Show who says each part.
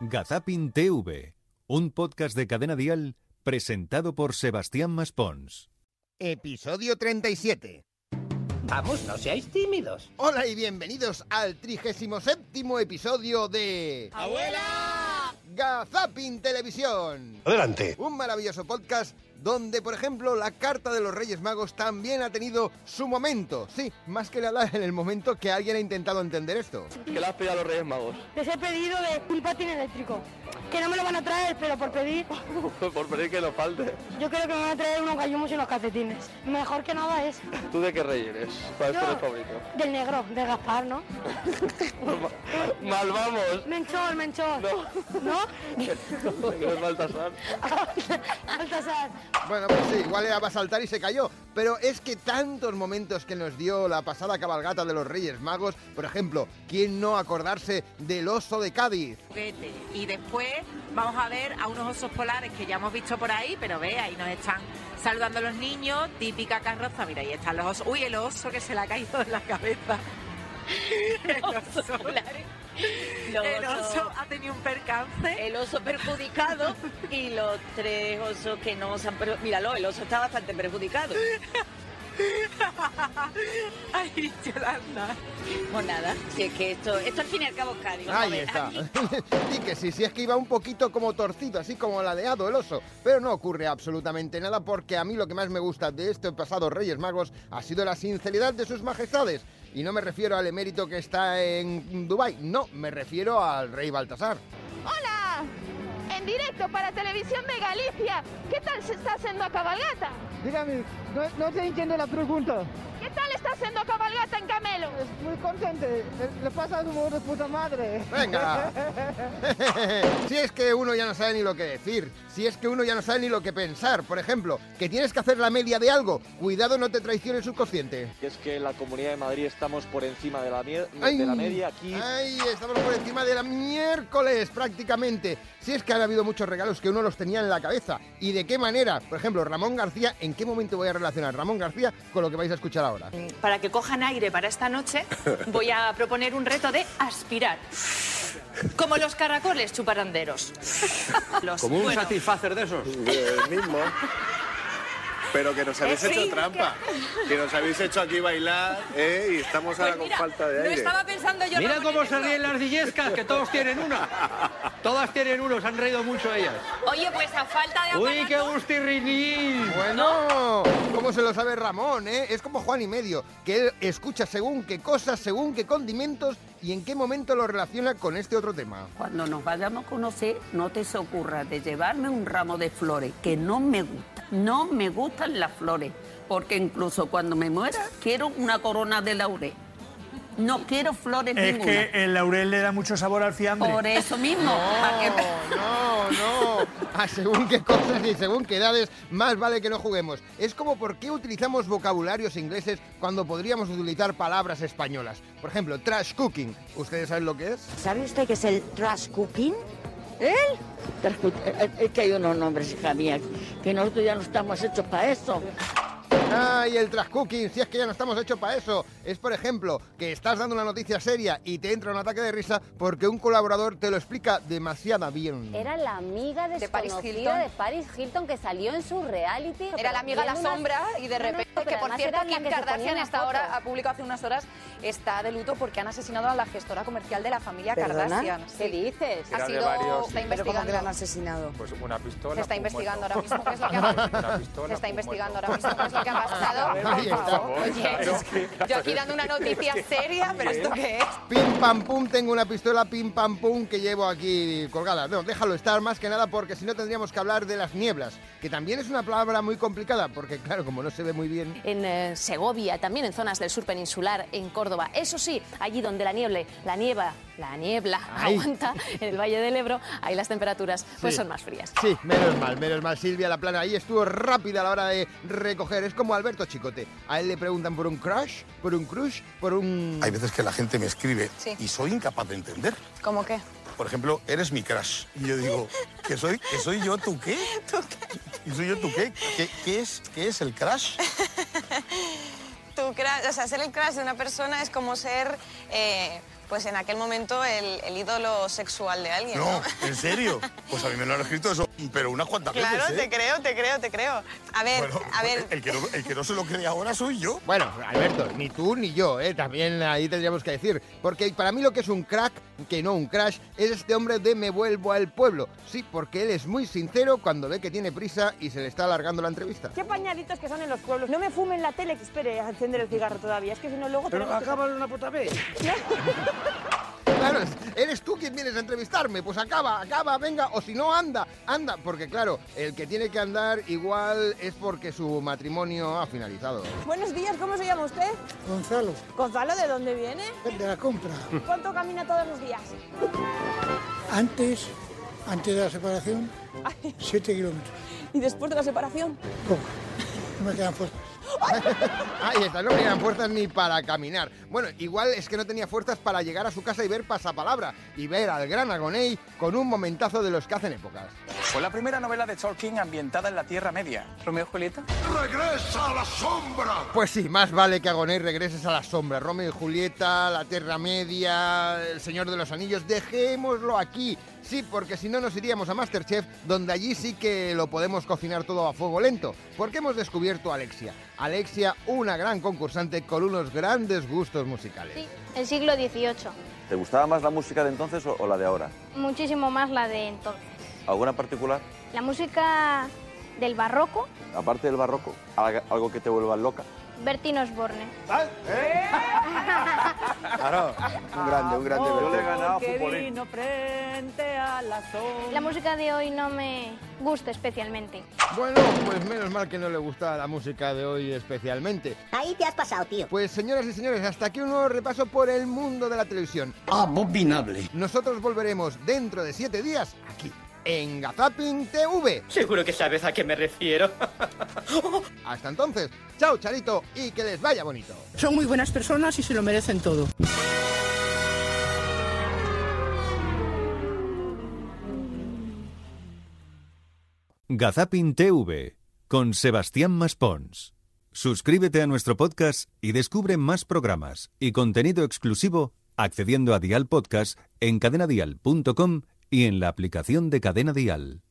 Speaker 1: Gazapin TV, un podcast de cadena dial presentado por Sebastián Maspons.
Speaker 2: Episodio 37.
Speaker 3: Vamos, no seáis tímidos.
Speaker 2: Hola y bienvenidos al 37 episodio de
Speaker 4: ¡Abuela!
Speaker 2: Gazapin Televisión.
Speaker 5: Adelante.
Speaker 2: Un maravilloso podcast donde, por ejemplo, la carta de los Reyes Magos también ha tenido su momento. Sí, más que nada en el momento que alguien ha intentado entender esto.
Speaker 6: ¿Qué le has pedido a los Reyes Magos?
Speaker 7: Les he pedido de un patín eléctrico. Que no me lo van a traer, pero por pedir.
Speaker 6: por pedir que nos falte.
Speaker 7: Yo creo que me van a traer unos gallumbos y unos calcetines. Mejor que nada es.
Speaker 6: ¿Tú de qué rey eres? ¿Cuál Ah, este es tu
Speaker 7: Yo,
Speaker 6: rey favorito?
Speaker 7: Del negro, de Gaspar, ¿no?
Speaker 6: ¡Mal vamos!
Speaker 7: Menchol, menchol. No.
Speaker 6: ¿Qué es Baltasar?
Speaker 7: Baltasar.
Speaker 2: Bueno, pues sí, igual era para saltar y se cayó. Pero es que tantos momentos que nos dio la pasada cabalgata de los Reyes Magos, por ejemplo, ¿quién no acordarse del oso de Cádiz?
Speaker 8: juguete. Y después vamos a ver a unos osos polares que ya hemos visto por ahí, pero ve, ahí nos están saludando los niños, típica carroza. Mira, ahí están los osos. Uy, el oso que se le ha caído en la cabeza. El oso,
Speaker 9: Los
Speaker 8: El
Speaker 9: osos-
Speaker 8: oso ha tenido un percance.
Speaker 9: El oso perjudicado y los tres osos que no se han perju- Míralo, el oso está bastante perjudicado.
Speaker 8: Ay, Yolanda.
Speaker 9: Pues nada, si es que esto, esto al fin y al cabo es Cádiz. vamos a
Speaker 2: Ahí
Speaker 9: ver.
Speaker 2: está. y que sí, sí es que iba un poquito como torcido, así como ladeado el oso. Pero no ocurre absolutamente nada porque a mí lo que más me gusta de este pasado Reyes Magos ha sido la sinceridad de sus majestades. Y no me refiero al emérito que está en Dubai, no, me refiero al rey Baltasar.
Speaker 10: ¡Hola! En directo para Televisión de Galicia. ¿Qué tal se está haciendo a cabalgata?
Speaker 11: Dígame, no, no te entiendo la pregunta.
Speaker 10: ¿Qué tal está haciendo a cabalgata en Camelo?
Speaker 11: Muy contente, eh, le, le pasa algo de puta madre.
Speaker 2: Venga. si es que uno ya no sabe ni lo que decir, si es que uno ya no sabe ni lo que pensar, por ejemplo, que tienes que hacer la media de algo, cuidado no te traicione el subconsciente.
Speaker 6: Y es que en la Comunidad de Madrid estamos por encima de la, mie-
Speaker 2: Ay.
Speaker 6: de la media aquí.
Speaker 2: Ay, estamos por encima de la miércoles prácticamente. Si es que han habido muchos regalos que uno los tenía en la cabeza. ¿Y de qué manera? Por ejemplo, Ramón García, ¿en qué momento voy a relacionar Ramón García con lo que vais a escuchar ahora?
Speaker 12: Para que cojan aire para esta noche, voy a proponer un reto de aspirar. Como los caracoles chuparanderos. Los-
Speaker 13: Como un
Speaker 12: bueno,
Speaker 13: satisfacer de esos. El mismo.
Speaker 14: Pero que nos habéis
Speaker 12: Eh, sí,
Speaker 14: hecho trampa, que nos habéis hecho aquí bailar, ¿eh? Y estamos ahora
Speaker 12: Pues mira,
Speaker 14: con falta de
Speaker 12: no
Speaker 14: aire.
Speaker 12: estaba pensando yo,
Speaker 13: Mira
Speaker 12: Ramón,
Speaker 13: cómo
Speaker 12: en
Speaker 13: se
Speaker 12: eso.
Speaker 13: ríen las dillescas, que todos tienen una. Todas tienen uno, se han reído mucho ellas.
Speaker 12: Oye, pues a falta de
Speaker 13: Uy, qué
Speaker 12: aparato...
Speaker 13: gustirrinín.
Speaker 2: Bueno, ¿cómo se lo sabe Ramón, eh? Es como Juan y medio, que él escucha según qué cosas, según qué condimentos y en qué momento lo relaciona con este otro tema.
Speaker 15: Cuando nos vayamos a conocer, no te se ocurra de llevarme un ramo de flores, que no me gusta. No me gustan las flores, porque incluso cuando me muera, quiero una corona de laurel. No quiero flores
Speaker 16: Es
Speaker 15: ninguna.
Speaker 16: que el laurel le da mucho sabor al fiambre.
Speaker 15: Por eso mismo. para que-
Speaker 2: No, no. A según qué cosas y según qué edades, más vale que no juguemos. Es como por qué utilizamos vocabularios ingleses cuando podríamos utilizar palabras españolas. Por ejemplo, trash cooking. ¿Ustedes saben lo que es?
Speaker 17: ¿Sabe usted qué es el trash cooking?
Speaker 9: ¿Él? Es que hay unos nombres, hija mía, que nosotros ya no estamos hechos para eso.
Speaker 2: Ay, el trash cooking, si es que ya no estamos hechos para eso. Es, por ejemplo, que estás dando una noticia seria y te entra un ataque de risa porque un colaborador te lo explica demasiado bien.
Speaker 18: Era la amiga
Speaker 19: Paris
Speaker 18: desconocida
Speaker 19: Hilton.
Speaker 18: de Paris Hilton que salió en su reality.
Speaker 19: Era la amiga a la
Speaker 18: Viendo una-
Speaker 19: sombra y de
Speaker 18: No, no, no,
Speaker 19: repente,
Speaker 18: pero
Speaker 19: que por
Speaker 18: además
Speaker 19: cierto,
Speaker 18: era la
Speaker 19: Kim
Speaker 18: que se ponía
Speaker 19: Kardashian
Speaker 18: una
Speaker 19: hasta
Speaker 18: foto.
Speaker 19: ahora ha publicado hace unas horas, está de luto porque han asesinado a la gestora comercial de la familia
Speaker 20: ¿Perdona?
Speaker 19: Kardashian.
Speaker 18: ¿Qué dices?
Speaker 19: Ha
Speaker 20: Era de
Speaker 19: sido,
Speaker 20: varios.
Speaker 19: está
Speaker 20: ¿Pero cómo que la han
Speaker 19: investigando.
Speaker 20: asesinado? Pues una pistola.
Speaker 19: Se está
Speaker 20: pum,
Speaker 19: investigando
Speaker 20: muerto.
Speaker 19: ahora mismo qué es lo que
Speaker 20: Una
Speaker 19: ha
Speaker 20: pistola,
Speaker 19: Se está
Speaker 20: pum,
Speaker 19: investigando
Speaker 20: muerto.
Speaker 19: ahora mismo qué es lo que ha pasado.
Speaker 2: Ahí
Speaker 19: Por
Speaker 2: está.
Speaker 19: favor. Oye, es que yo aquí dando una noticia seria, pero ¿esto qué es?
Speaker 2: Pim pam pum, tengo una pistola pim pam pum que llevo aquí colgada. No, déjalo estar más que nada porque si no tendríamos que hablar de las nieblas, que también es una palabra muy complicada porque claro, como no se ve muy bien.
Speaker 1: en eh, Segovia, también en zonas del sur peninsular, en Córdoba. Eso sí, allí donde la niebla, la nieva, la niebla
Speaker 2: Ay.
Speaker 1: aguanta en el Valle del Ebro, ahí las temperaturas pues
Speaker 2: Sí.
Speaker 1: son más frías.
Speaker 2: Sí, menos mal, menos mal Silvia La Plana ahí estuvo rápida a la hora de recoger, es como Alberto Chicote. A él le preguntan por un crush, por un crush, por un
Speaker 4: Hay veces que la gente me escribe
Speaker 19: Sí.
Speaker 4: y soy incapaz de entender.
Speaker 19: ¿Cómo qué?
Speaker 4: Por ejemplo, eres mi crush. Y yo digo, ¿que soy, que soy yo tú qué? ¿Y soy yo tú qué? ¿Qué, qué es, qué es el crush?
Speaker 9: tu crush, o sea, ser el crush de una persona es como ser, eh,
Speaker 21: pues en aquel momento el, el ídolo sexual de alguien.
Speaker 4: No, ¿en serio? Pues a mí me lo han escrito eso, pero unas cuantas
Speaker 21: Claro,
Speaker 4: veces. ¿eh?
Speaker 21: te creo, te creo, te creo. A ver, a ver.
Speaker 4: El que, no, el que no se lo cree ahora soy yo.
Speaker 2: Bueno, Alberto, ni tú ni yo, ¿eh? también ahí tendríamos que decir. Porque para mí lo que es un crack, que no un crash, es este hombre de Me vuelvo al pueblo. Sí, porque él es muy sincero cuando ve que tiene prisa y se le está alargando la entrevista.
Speaker 1: Qué pañaditos que son en los pueblos. No me fumen la tele que espere a encender el cigarro todavía. Es que si no luego...
Speaker 2: Pero
Speaker 1: acaban una puta vez.
Speaker 2: Claro, es- eres tú quien vienes a entrevistarme. Pues acaba, acaba, venga, o si no, anda, anda. Porque claro, el que tiene que andar igual es porque su matrimonio ha finalizado.
Speaker 1: Buenos días, ¿cómo se llama usted?
Speaker 2: Gonzalo.
Speaker 1: Gonzalo, ¿de dónde viene?
Speaker 8: de la compra.
Speaker 1: ¿Cuánto camina todos los días?
Speaker 8: Antes, antes de la separación, 7 kilómetros.
Speaker 1: ¿Y después de la separación?
Speaker 8: No me quedan fuerzas.
Speaker 2: Ahí está, no me quedan fuerzas ni para caminar. Bueno, igual es que no tenía fuerzas para llegar a su casa y ver pasapalabra y ver al gran Agoney con un momentazo de los que hacen épocas.
Speaker 13: Fue la primera novela de Tolkien ambientada en la Tierra Media. Romeo y Julieta.
Speaker 4: ¡Regresa a la sombra!
Speaker 2: Pues sí, más vale que Agoney regreses a la sombra. Romeo y Julieta, la Tierra Media, el Señor de los Anillos, dejémoslo aquí. Sí, porque si no nos iríamos a Masterchef, donde allí sí que lo podemos cocinar todo a fuego lento. Porque hemos descubierto a Alexia. Alexia, una gran concursante con unos grandes gustos musicales.
Speaker 7: Sí, el siglo XVIII.
Speaker 6: ¿Te gustaba más la música de entonces o, o la de ahora?
Speaker 7: Muchísimo más la de entonces.
Speaker 6: ¿Alguna en particular?
Speaker 7: La música del barroco,
Speaker 6: Aparte del barroco, alga- algo que te vuelva loca.
Speaker 7: Bertín Osborne.
Speaker 6: Claro, un grande, un grande. Yo le he ganado a futbolín.
Speaker 7: frente a la sombra. La música de hoy no me gusta especialmente.
Speaker 2: Bueno, pues menos mal que no le gusta la música de hoy especialmente. Ahí te has pasado, tío. Pues señoras y señores, hasta aquí un nuevo repaso por el mundo de la televisión.
Speaker 13: Abominable.
Speaker 2: Nosotros volveremos dentro de siete días aquí, en Gazapin TV.
Speaker 13: Seguro que sabes a qué me refiero.
Speaker 2: Hasta entonces, chao Charito y que les vaya bonito.
Speaker 22: Son muy buenas personas y se lo merecen todo.
Speaker 23: Gazapin TV con Sebastián Maspons. Suscríbete a nuestro podcast y descubre más programas y contenido exclusivo accediendo a Dial Podcast en cadenadial.com y en la aplicación de Cadena Dial.